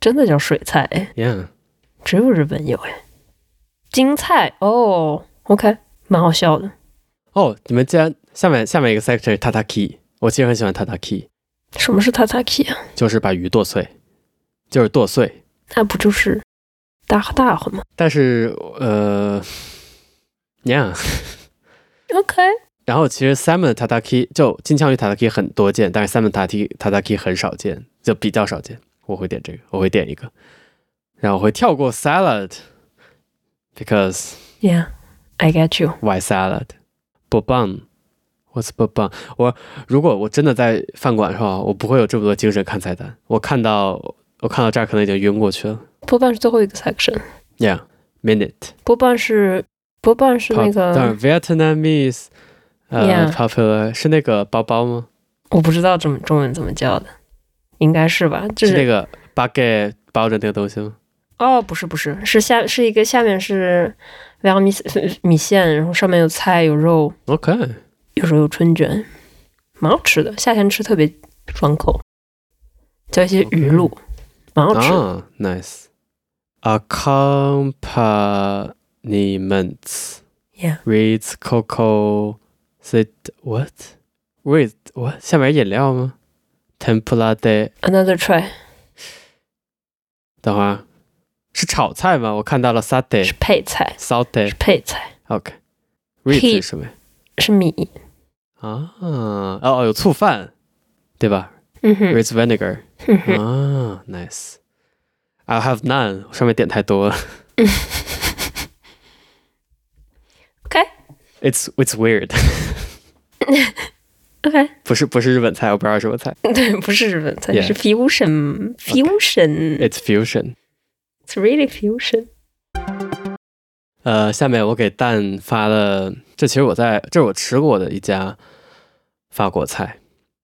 B: 真的叫水菜哎，
A: ，Yeah，
B: 只有日本有哎。京菜哦，OK，蛮好笑的。
A: 哦，你们竟然下面下面一个 section 是 Tataki，我其实很喜欢 Tataki，
B: 什么是 tataki 啊？
A: 就是把鱼剁碎，就是剁碎，
B: 那不就是大和大和吗
A: 但是呃，Yeah。
B: ？OK，
A: 然后其实 salmon tataki 就金枪鱼 tataki 很多见，但是 salmon tataki tataki 很少见，就比较少见。我会点这个，我会点一个，然后我会跳过 salad，because
B: Yeah, I get you.
A: why salad？不棒，what's 不棒？我如果我真的在饭馆的话，我不会有这么多精神看菜单。我看到我看到这儿可能已经晕过去了。
B: 波棒是最后一个 section，
A: Yeah，minute。
B: 波棒是波棒是那
A: 当然
B: 个
A: ，Vietnamese，呃
B: Yeah
A: ，popular 是那个包包吗？
B: 我不知道怎么中文怎么叫的，应该是吧？就是是
A: 那个 bucket 包着那个东西吗？
B: 哦，不是不是，是下是一个下面是两米米线，然后上面有菜有肉，
A: OK，
B: 有时候有春卷，蛮好吃的，夏天吃特别爽口，叫一些鱼露，蛮好吃的。
A: 啊，nice。Accompaniments
B: Yeah.
A: with cocoa. Sit what? With what? 下面饮料吗？Tempura de
B: Another try
A: 等会儿是炒菜吗？我看到了 saute
B: 是配菜，
A: saute
B: 是。配菜
A: OK。Read 是
B: Heat
A: 什么呀？
B: 是米，
A: 啊，哦哦，有醋饭，对吧
B: 嗯哼，
A: ？Read vinegar。
B: 嗯哼，
A: 啊，nice。I have none，上面点太多了。
B: OK
A: It's it's weird，
B: OK，
A: 不是不是日本菜，我不知道是什么菜。
B: 对，不是日本菜
A: Yeah.
B: 是 fusion fusion。
A: It's fusion。
B: It's really fusion。
A: 呃，下面我给蛋发了，这其实我在这是我吃过的一家法国菜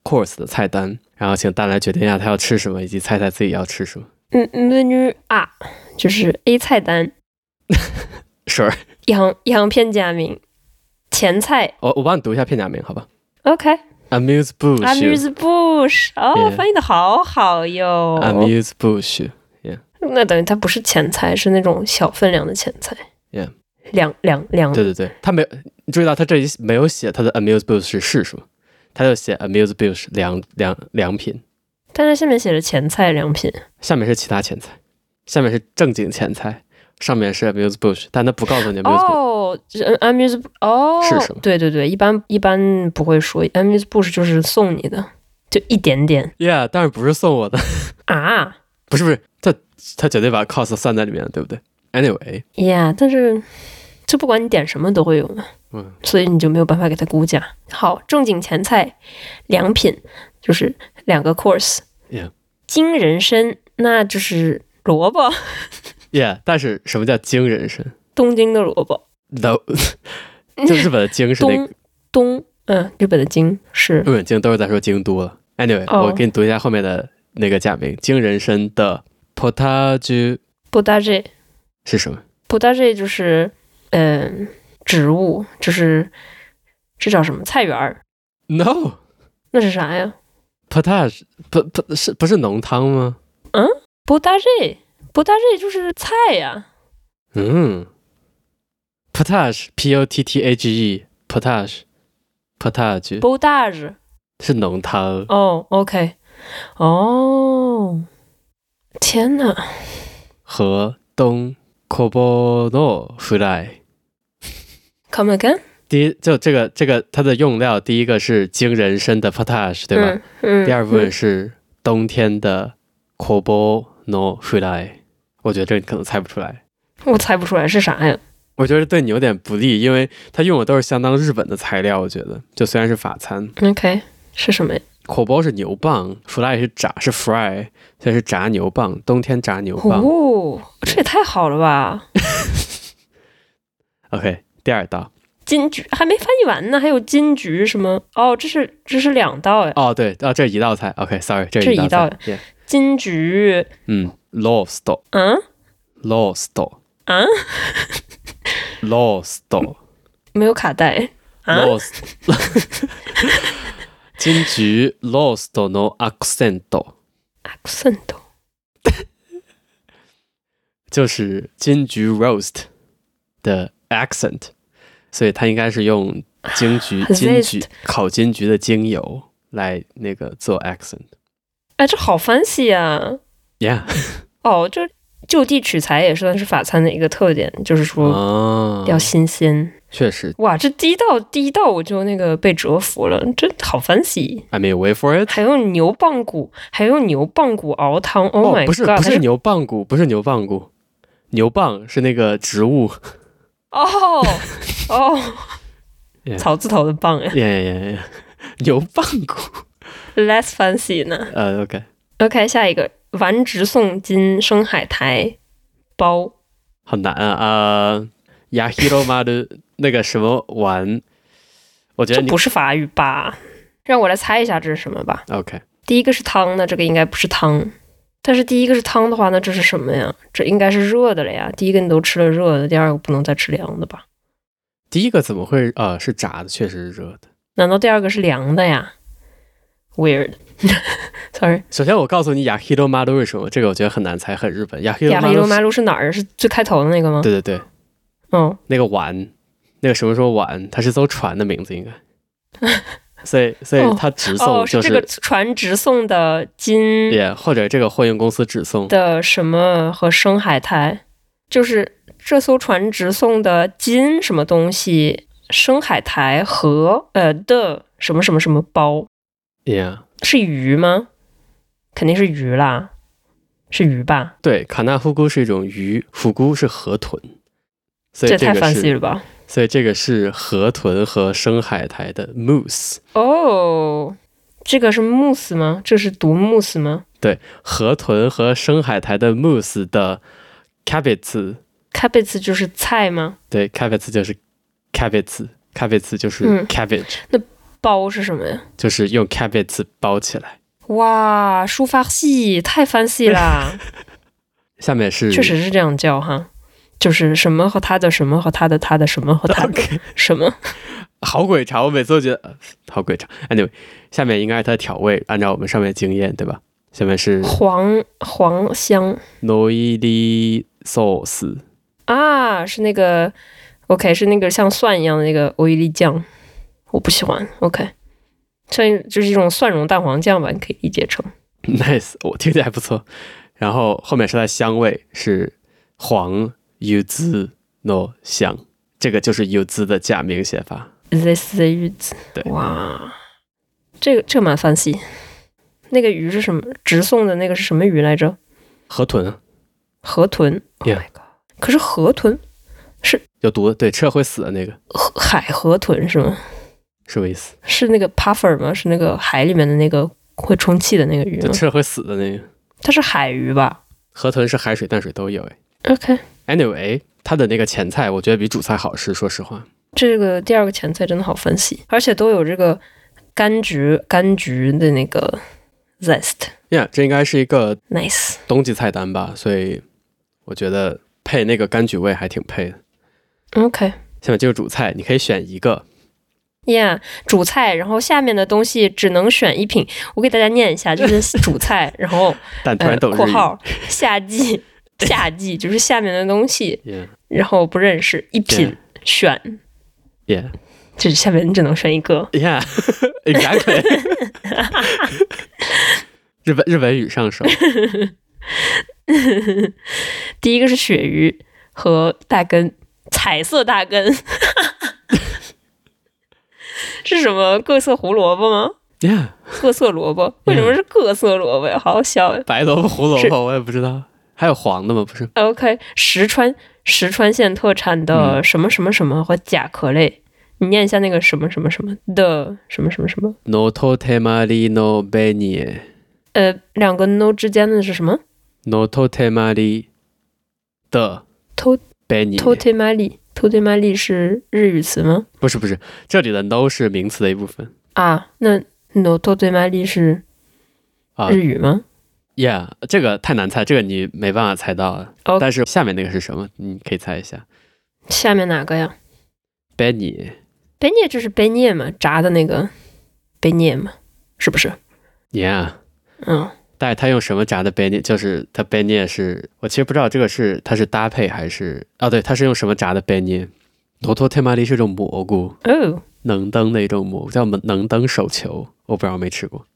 A: course 的菜单，然后请蛋来决定一下他要吃什么，以及猜猜自己要吃什么。
B: 嗯，menu 啊，就是 A 菜单，
A: Sure，
B: 洋洋片假名，前菜
A: 我我帮你读一下片假名，好吧？Amuse
B: ，OK，amuse
A: bush，Amuse
B: bush，哦
A: Yeah
B: 翻译的好好哟。
A: bush，
B: 那等于它不是前菜，是那种小分量的前菜。
A: Yeah
B: 两两两
A: 对对对，他没有你注意到他这里没有写他的 amuse bush 是什么，他就写 amuse bush 良良良品，
B: 但是下面写着前菜良品，
A: 下面是其他前菜，下面是正经前菜，上面是 amuse bush，但他不告诉你 amuse bush。
B: 哦这呃，amuse 哦，
A: 是什么
B: 对对对，一般一般不会说 amuse bush 就是送你的，就一点点
A: Yeah，但是不是送我的，
B: 啊
A: 不是不是，他他绝对把 cost 算在里面了，对不对？Anyway，
B: 呀，但是就不管你点什么都会有嘛，
A: 嗯
B: 所以你就没有办法给它估价。好，正经前菜良品就是两个 course，
A: Yeah
B: 金人参那就是萝卜，
A: ，Yeah，但是什么叫精人参
B: 东京的萝卜，
A: ？No，就日本的精是那个
B: 东东嗯，日本的京是
A: 日本精都是在说京都了。 Anyway，、
B: 哦
A: 我给你读一下后面的那个假名，金人参的 potage
B: 布达这
A: 是什么？
B: 布达这就是嗯、植物，就是这叫什么菜园儿？
A: No，
B: 那是啥呀？
A: potage 不不是不是浓汤吗？
B: 布达这布达这就是菜呀。
A: 嗯，potage p o t t a g e potage potage
B: 布达日
A: 是浓汤，
B: 哦，OK，哦，天哪！
A: 河东 k o b o n o fry。
B: Come again？
A: 第一，就这个这个它的用料，第一个是惊人参的 potage，对吧？？
B: 嗯。嗯
A: 第二部分
B: 嗯
A: 是冬天的 k o b o no f r i 我觉得这你可能猜不出来。
B: 我猜不出来是啥呀。
A: 我觉得对你有点不利，因为它用的都是相当日本的材料。我觉得，就虽然是法餐
B: OK，是什么呀？
A: k o b o 是牛蒡 f r i 是炸，是 fry，所以是炸牛蒡，冬天炸牛蒡。
B: 哦，这也太好了吧！
A: OK，第二道，
B: 金桔还没翻译完呢，还有金桔什么？哦，这是这是两道呀，
A: 哦对，哦这是一道菜。OK，sorry，、这是
B: 这一
A: 道
B: 道
A: 菜。Yeah
B: 金桔，
A: 嗯，lost
B: 嗯
A: lost
B: 啊，
A: lost
B: 没有卡带啊
A: lost，金桔 lost no accent。
B: ，accent
A: 就是金桔 roast 的 accent，所以它应该是用金 桔金
B: Zest
A: 桔烤金桔的精油来那个做 accent。
B: 哎，这好 fancy 呀！
A: Yeah，
B: 哦，这就地取材也算是法餐的一个特点，就是说
A: 哦，
B: 要新鲜。
A: 确实
B: 哇，这第一道第一道我就那个被折服了，真好 fancy。
A: ，I mean wait for it。
B: 还用牛棒骨，还用牛棒骨熬汤。Oh
A: 哦
B: my god！、，
A: 不是
B: 它
A: 不是牛蒡骨，不是牛蒡骨，牛蒡是那个植 物。
B: 哦哦
A: Yeah
B: 草字头的棒呀
A: 耶耶耶耶，牛蒡骨。
B: ，less fancy 呢。
A: 呃，OK，
B: OK，下一个丸直送金生海苔包
A: 好难啊啊！亚希罗马的那个什么丸，我觉得
B: 这
A: 哎你
B: 不是法语吧？让我来猜一下这是什么吧。
A: OK
B: 第一个是汤，那这个应该不是汤。但是第一个是汤的话，那这是什么呀？这应该是热的了呀。第一个你都吃了热的，第二个不能再吃凉的吧？
A: 第一个怎么会啊、是炸的，确实是热的。
B: 难道第二个是凉的呀？Weird，sorry。
A: 首先，我告诉你雅 h i r o m a r u 为什么这个我觉得很难猜，很日本。雅 h i r o
B: 亚
A: m a r
B: 黑罗
A: u
B: 马路是哪儿？是最开头的那个吗？
A: 对对对，
B: 嗯，
A: 那个丸，那个什么什么丸，它是艘船的名字应该。 所以，所以
B: 哦
A: 它直送
B: 哦，
A: 就是
B: 这个船直送的金
A: 也、或者这个货运公司直送
B: 的什么和深海苔，就是这艘船直送的金什么东西，深海苔和呃的什么什么什么包，
A: ，yeah，
B: 是鱼吗？肯定是鱼啦，是鱼吧？
A: 对，卡纳夫菇是一种鱼，腐菇是河豚，所以
B: 这
A: 这
B: 也太
A: 个
B: fancy
A: 是，
B: 了吧！
A: 所以这个是河豚和深海苔的 mousse，
B: 哦，这个是 mousse 吗？这是读 mousse 吗
A: 河豚和深海苔的 mousse 的 cabbage，
B: ？cabbage 就是菜吗？
A: 对，cabbage 就是 cabbage，cabbage 就是
B: 嗯
A: cabbage，、
B: 包是什么呀？
A: 就是用 cabbage 包起来。
B: 哇，书法系太 fancy 啦，
A: 下面 是
B: 确实是这样叫哈，就是什么和他的什么和他的他的什么 和他的
A: OK，
B: 什么，
A: 好鬼长，我每次都觉得呃好鬼长。Anyway，下面应该是它的调味，按照我们上面的经验，对吧？下面是
B: 黄黄香
A: noili sauce，
B: 啊，是那个 OK，是那个像蒜一样的那个欧伊利酱，我不喜欢 OK，像一就是一种蒜蓉蛋黄酱吧，你可以理解成
A: nice，我听起来还不错。然后后面是它的香味是黄 u z no 香，这个就是 u z 的假名写法。
B: this is the 鱼子，
A: 对
B: 哇，这个这个蛮 fancy，那个鱼是什么？直送的那个是什么鱼来着？
A: 河豚
B: 河豚。Oh
A: Yeah
B: my god！可是河豚
A: 有毒的，对，吃了会死的那个，
B: 河海河豚是吗？
A: 什么意思？
B: 是那个 puffer 吗？是那个海里面的那个会充气的那个鱼
A: 就
B: 吗？
A: 吃了会死的那个。
B: 它是海鱼吧
A: 河豚是海水、淡水都有，哎。
B: ？OK，
A: Anyway，它的那个前菜我觉得比主菜好吃，说实话。
B: 这个第二个前菜真的好分析，而且都有这个柑橘柑橘的那个 zest。
A: Yeah，这应该是一个
B: Nice，
A: 冬季菜单吧，所以我觉得配那个柑橘味还挺配的。
B: OK，
A: 下面就是主菜，你可以选一个。
B: Yeah，主菜，然后下面的东西只能选一品。我给大家念一下，这 是主菜，然后
A: 但突
B: 呃
A: 然懂日语。
B: 括号 夏季，夏季就是下面的东西，
A: Yeah
B: 然后不认识一品选，
A: Yeah
B: 就是下面你只能选一个。
A: Yeah Exactly 日本日本语上手。
B: 第一个是鳕鱼和大根，彩色大根，是什么各色胡萝卜吗？
A: Yeah
B: 各色萝卜，为什么是各色萝卜呀？好好笑呀！
A: 白萝卜、胡萝卜，我也不知道。还有黄的吗？不是
B: OK，石川石川县特产的什么什么什么和甲壳类，你念一下那个什么什么什么的什么什么什么？
A: No to temari no beni
B: 呃，两个 no 之间的是什么
A: no to temari 的
B: To-
A: beni
B: ？totemali totemali 是日语词吗？
A: 不是不是，这里的 no 是名词的一部分
B: 啊，那 no totemali 是
A: 啊。
B: 日语吗？
A: Yeah，这个太难猜，这个你没办法猜到啊。
B: OK
A: 但是下面那个是什么？你可以猜一下。
B: 下面哪个呀
A: Benny
B: b e n 就是 b e n 嘛，炸的那个 b e n 嘛，是不是？
A: Yeah，
B: 嗯，
A: 但是他用什么炸的 Benny？就是他 Benny 是我其实不知道这个是它是搭配还是啊？对，它是用什么炸的 Benny？罗托天麻利是一种蘑菇，
B: 哦，
A: 能登的一种蘑菇，叫能登手球，我不知道我没吃过。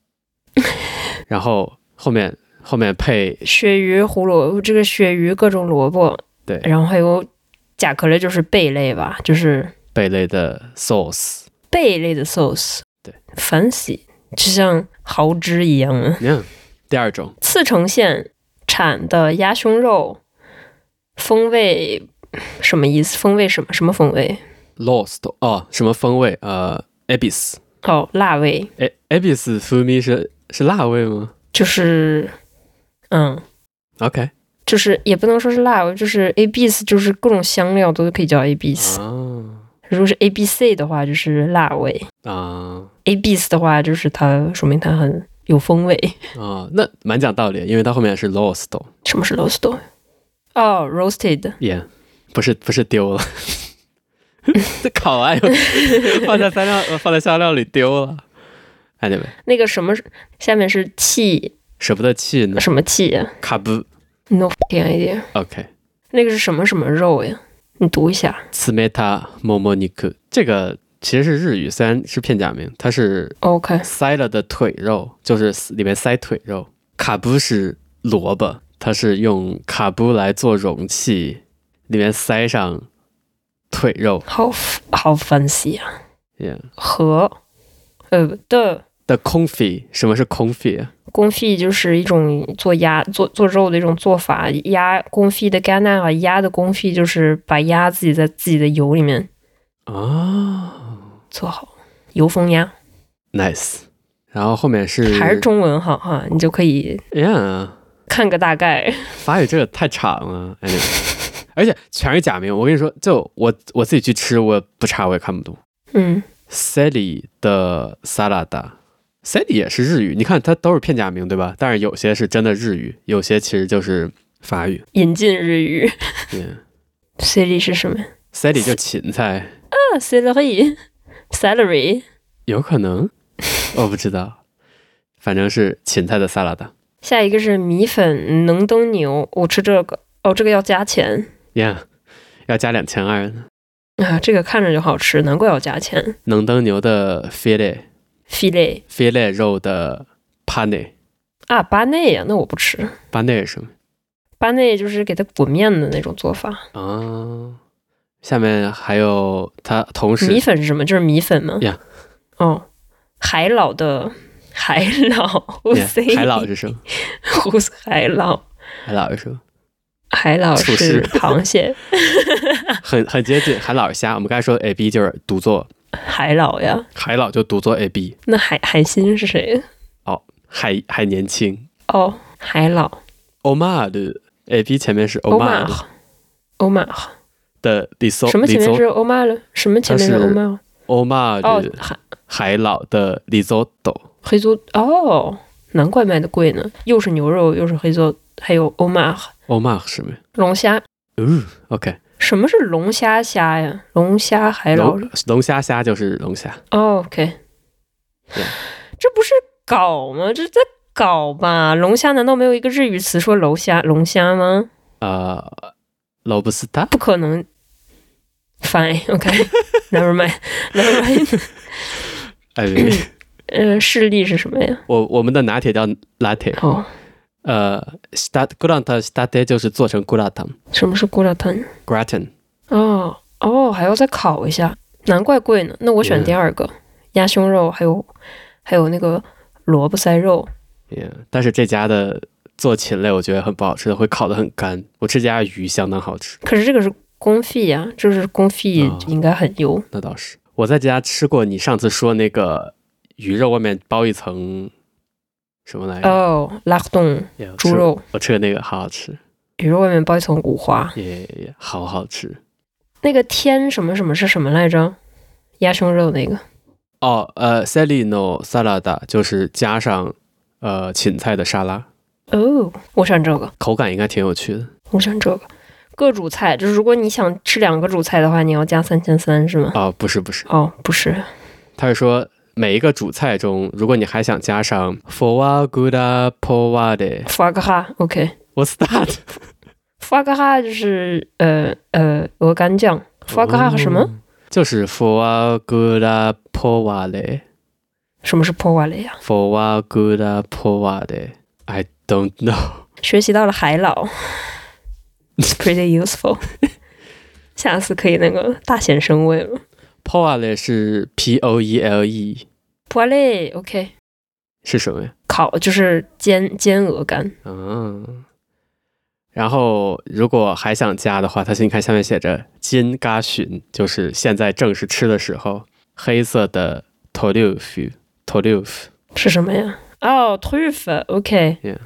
A: 然后后面后面配
B: 鳕鱼、胡萝卜，这个鳕鱼各种萝卜，
A: 对
B: 然后还有甲壳类，就是贝类吧，就是
A: 贝类的 sauce，
B: 贝类的 sauce，
A: 对
B: ，fancy，就像蚝汁一样啊。
A: 你看第二种
B: 茨城县产的鸭胸肉，风味什么意思？风味什么什么风味？
A: lost 哦，什么风味？呃，abis。
B: 哦，辣味，
A: 哎，abis f u m i 是是辣味吗
B: 就是，嗯，
A: ？OK，
B: 就是也不能说是辣味，就是 a b s 就是各种香料都可以叫 a b s
A: 啊
B: 如果是 a b c 的话，就是辣味。
A: 啊
B: A B S 的话，就是它说明它很有风味。
A: 啊，那蛮讲道理，因为它后面是 lost，
B: 什么是 roast？哦、r o a s t e d
A: 也、yeah, 不是不是 丢了，这烤完以后放在香料呃放在香料里丢了，哎对呗，
B: 那个什么，下面是气
A: 舍不得弃呢，
B: 什么气呀、
A: 卡布
B: n o fucking idea。
A: ，OK，
B: 那个是什么什么肉呀？你读一下。
A: 斯梅塔莫莫尼克，这个其实是日语，虽然是片假名，它是
B: OK，
A: 塞了的腿肉，就是里面塞腿肉。卡布是萝卜，它是用卡布来做容器，里面塞上腿肉。
B: 好好 fancy 啊。
A: Yeah.
B: 和呃的
A: 的 confit，什么是 confit？
B: 公费就是一种做鸭做做肉的一种做法。鸭公费的干纳和鸭的公费就是把鸭自己在自己的油里面
A: 啊、
B: 做好油封鸭。
A: n i c e 然后后面是
B: 还是中文好哈，你就可以
A: yeah，
B: 看个大概。
A: 法语这个太长了，anyway，而且全是假名。我跟你说，就我我自己去吃，我不查我也看不懂。
B: 嗯
A: Sally 的 Salada。Sally 也是日语，你看它都是片假名，对吧？但是有些是真的日语，有些其实就是法语。，
B: 引进日语。
A: 嗯
B: Celery 是什么呀？
A: Sally 就芹菜，
B: 啊，celery。Celery
A: 有可能，我不知道，反正是芹菜的 Salada。
B: 下一个是米粉能登牛，我吃这个哦，这个要加钱
A: Yeah，要加两千二，
B: 啊，这个看着就好吃，难怪要加钱。
A: 能登牛的 filet
B: filet
A: filet 肉的 pane
B: 啊，巴内呀、那我不吃，
A: pane 是什么？
B: 巴内就是给它裹面的那种做法。
A: 啊，下面还有它同时
B: 米粉是什么？就是米粉吗
A: 呀
B: 哦，海老的海老
A: Yeah，海老是什么？
B: ，who's 海老？
A: 海老是什么？
B: 海老
A: 厨师
B: 是 螃蟹，
A: 很很接近海老是虾，我们刚才说 a b 就是读作
B: 海老呀。
A: 海老就读作 a b，
B: 那海海星是谁？
A: 还还年轻。
B: 哦，海老
A: omar 的 a b 前面是
B: 欧玛
A: omar
B: 欧玛，
A: 的 liso
B: 什么前面
A: liso
B: 是欧玛了？什么前面是
A: 它是
B: 欧玛？
A: omage
B: 海
A: 海老的 risotto，
B: 黑做哦，难怪卖的贵呢，又是牛肉又是黑做，还有欧玛
A: omage 什么？
B: 龙虾。
A: 嗯，OK，
B: 什么是龙虾虾呀？龙虾海老
A: 龙龙虾虾就是龙虾，
B: 哦，OK，
A: 对
B: 这不是搞吗？这是在搞吧？龙虾难道没有一个日语词说龙虾龙虾吗？
A: 呃，lobster，
B: 不可能。Fine，OK，Never、mind，Never mind。
A: 哎，
B: 呃，事例是什么呀？
A: 我我们的拿铁叫 latte，
B: 哦，
A: 呃，stat grant stat 就是做成 gratin
B: 什么是咕辣汤？
A: gratin，
B: 哦哦，还要再烤一下，难怪贵呢。那我选
A: Yeah
B: 第二个鸭胸肉，还有还有那个萝卜塞肉。
A: yeah, 但是这家的做禽类我觉得很不好吃的，会烤得很干。我吃这家鱼相当好吃，
B: 可是这个是公费呀、就是公费
A: 哦
B: 应该很油。
A: 那倒是。我在这家吃过你上次说那个鱼肉外面包一层什么来着？
B: 哦，拉冻
A: Yeah，
B: 猪
A: 吃，
B: 肉，
A: 我吃的那个好好吃，
B: 鱼肉外面包一层五花。
A: 也也好好吃。
B: 那个天什么什么是什么来着？鸭胸肉那个。
A: 哦，呃，salino salad 就是加上呃芹菜的沙拉，
B: 哦，我选这个，
A: 口感应该挺有趣的
B: 我选这个。各主菜，就是如果你想吃两个主菜的话，你要加三千三是吗？
A: 啊、不是不是，
B: 哦，不是，
A: 他是说每一个主菜中，如果你还想加上 foie gras povade，what's
B: 法克哈，OK。
A: that？
B: 法克哈就是呃呃鹅肝酱，法克哈啊和什么？
A: 哦就是啊佛瓦古拉破瓦啊嘞，啊
B: 什么是破瓦雷呀？
A: 佛瓦古拉破瓦啊嘞。I don't know。
B: 学习到了海 老，It's pretty useful 。 下次可以那个大显身位了。
A: 破瓦啊嘞是 P O E L E
B: 破瓦雷，OK，
A: 是什么呀？
B: 烤就是煎煎鹅肝。
A: 嗯。然后如果还想加的话，它你看下面写着金嘎旬，就是现在正是吃的时候，黑色的 t o l u f t o l u f
B: 是什么呀？哦、t r u f f o k
A: Yeah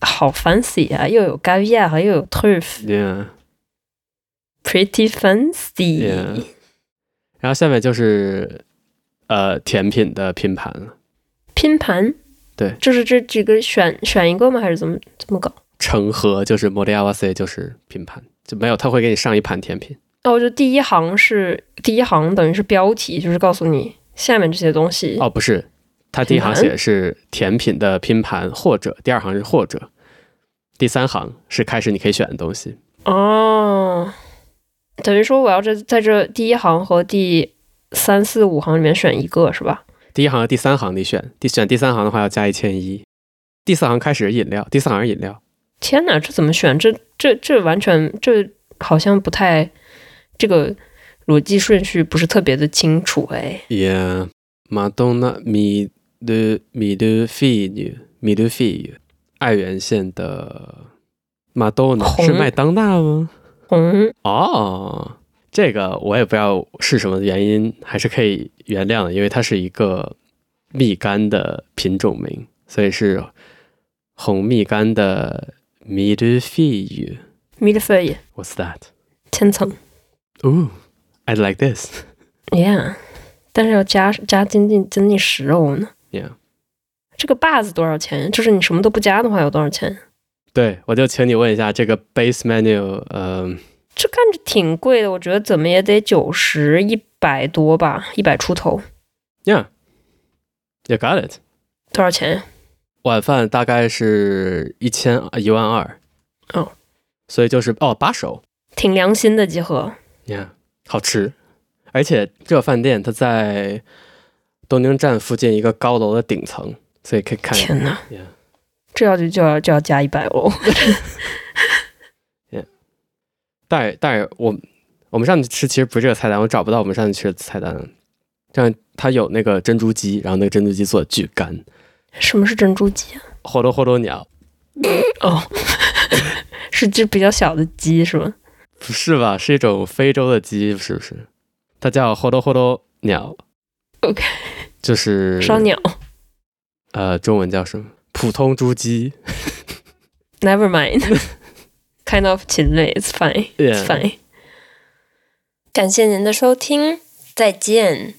B: 好 fancy 啊，又有 caviar，又有 truff，pretty
A: yeah
B: fancy。
A: yeah。然后下面就是呃甜品的拼盘了。
B: 拼盘，
A: 对
B: 就是这几个选选一个吗？还是怎么怎么搞？
A: 成盒就是 m o d i a w a s e 就是拼盘，就没有他会给你上一盘甜品。
B: 那哦我就第一行是第一行，等于是标题，就是告诉你下面这些东西。
A: 哦，不是，他第一行
B: 嗯拼盘
A: 写的是甜品的拼盘或者，第二行是或者，第三行是开始你可以选的东西。
B: 哦，等于说我要这在这第一行和第三四五行里面选一个是吧？
A: 第一行和第三行你选，第选第三行的话要加一千一。第四行开始是饮料，第四行是饮料，
B: 天哪，这怎么选？这这这完全这好像不太这个逻辑顺序不是特别的清楚哎。
A: 也马东那米的米的费女米的费女，爱媛县的马豆呢是
B: 红
A: 麦当娜吗？
B: 红
A: 哦，这个我也不知道是什么原因，还是可以原谅的，因为它是一个蜜柑的品种名，所以是红蜜柑的 m i d f i y
B: m i l f e u i l l
A: What's that?
B: 千层
A: Ooh, I'd like this.
B: ，Yeah，但是要加加将近将近十欧哦呢。
A: Yeah，
B: 这个把子多少钱？就是你什么都不加的话有多少钱？
A: 对，我就请你问一下这个 base menu，嗯、
B: 这看着挺贵的，我觉得怎么也得九十一百多吧，一百出头。
A: y e a h you got it。
B: 多少钱？
A: 晚饭大概是一千呃一万二，
B: 哦，
A: 所以就是哦八手，
B: 挺良心的集合。
A: 呀，好吃，而且这饭店它在东京站附近一个高楼的顶层，所以可以看。
B: 天哪
A: Yeah
B: 这要就就要就要加一百欧。
A: 但是但是我我们上次吃其实不是这个菜单，我找不到我们上次吃的菜单了。这样它有那个珍珠鸡，然后那个珍珠鸡做的巨干，
B: 什么是珍珠 鸡啊？
A: 霍多霍多鸟，
B: 哦， 是只比较小的鸡是吗？
A: 不是吧？是一种非洲的鸡，是不是？它叫霍多霍多鸟。
B: OK
A: 就是
B: 烧鸟
A: 呃，中文叫什么？普通猪鸡。
B: ，Never mind，kind of 禽类，It's fine，It's
A: Yeah
B: fine。感谢您的收听，再见。